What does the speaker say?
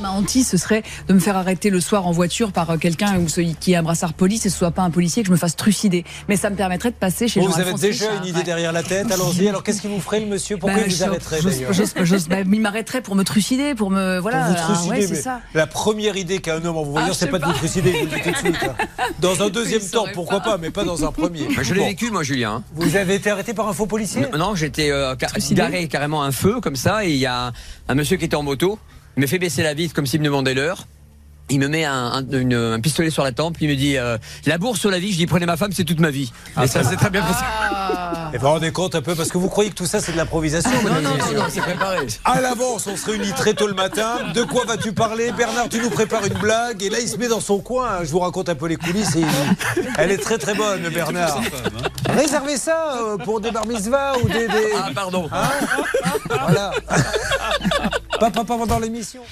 garantie, ce serait de me faire arrêter le soir en voiture par euh, quelqu'un ou celui qui a un brassard police et ce soit pas un policier que je me fasse trucider. Mais ça me permettrait de passer chez Bon, jean Oh, vous avez déjà une idée derrière la tête. Allons-y. Alors, qu'est-ce qui vous ferait, le monsieur Bah, Pourquoi il vous arrêterait d'ailleurs il m'arrêterait pour me trucider, pour me Pour voilà. vous ah, trucider, ouais, c'est mais ça. la première idée qu'a un homme en vous voyant, Ah, je c'est sais pas, de vous pas. trucider, vous le dites tout de suite. hein. Dans un deuxième il temps, saurait pourquoi pas. mais pas dans un premier. Bah, je l'ai Bon. vécu, moi, Julien. Vous avez été arrêté par un faux policier Non, non, j'étais euh, ca- garé carrément à un feu comme ça, et il y a un, un monsieur qui était en moto. Il me fait baisser la vitre comme s'il me demandait l'heure. Il me met un, un- une- un pistolet sur la tempe. Il me dit euh, la bourse sur la vie. Je dis prenez ma femme, c'est toute ma vie. et Ah, ça, c'est très bien passé. Et vous vous rendez compte ben, un peu, parce que vous croyez que tout ça c'est de l'improvisation. Ah, non, mesdames et Ah, non, non, messieurs. non, c'est préparé. À l'avance, on se réunit très tôt le matin. De quoi vas-tu parler Bernard, tu nous prépares une blague. Et là, il se met dans son coin. Je vous raconte un peu les coulisses. et il- Elle est très très bonne, Bernard. Réservez ça euh, pour des bar mitzvahs ou des. des- Ah, pardon. ah. Voilà. Pas, pas, pas pendant l'émission.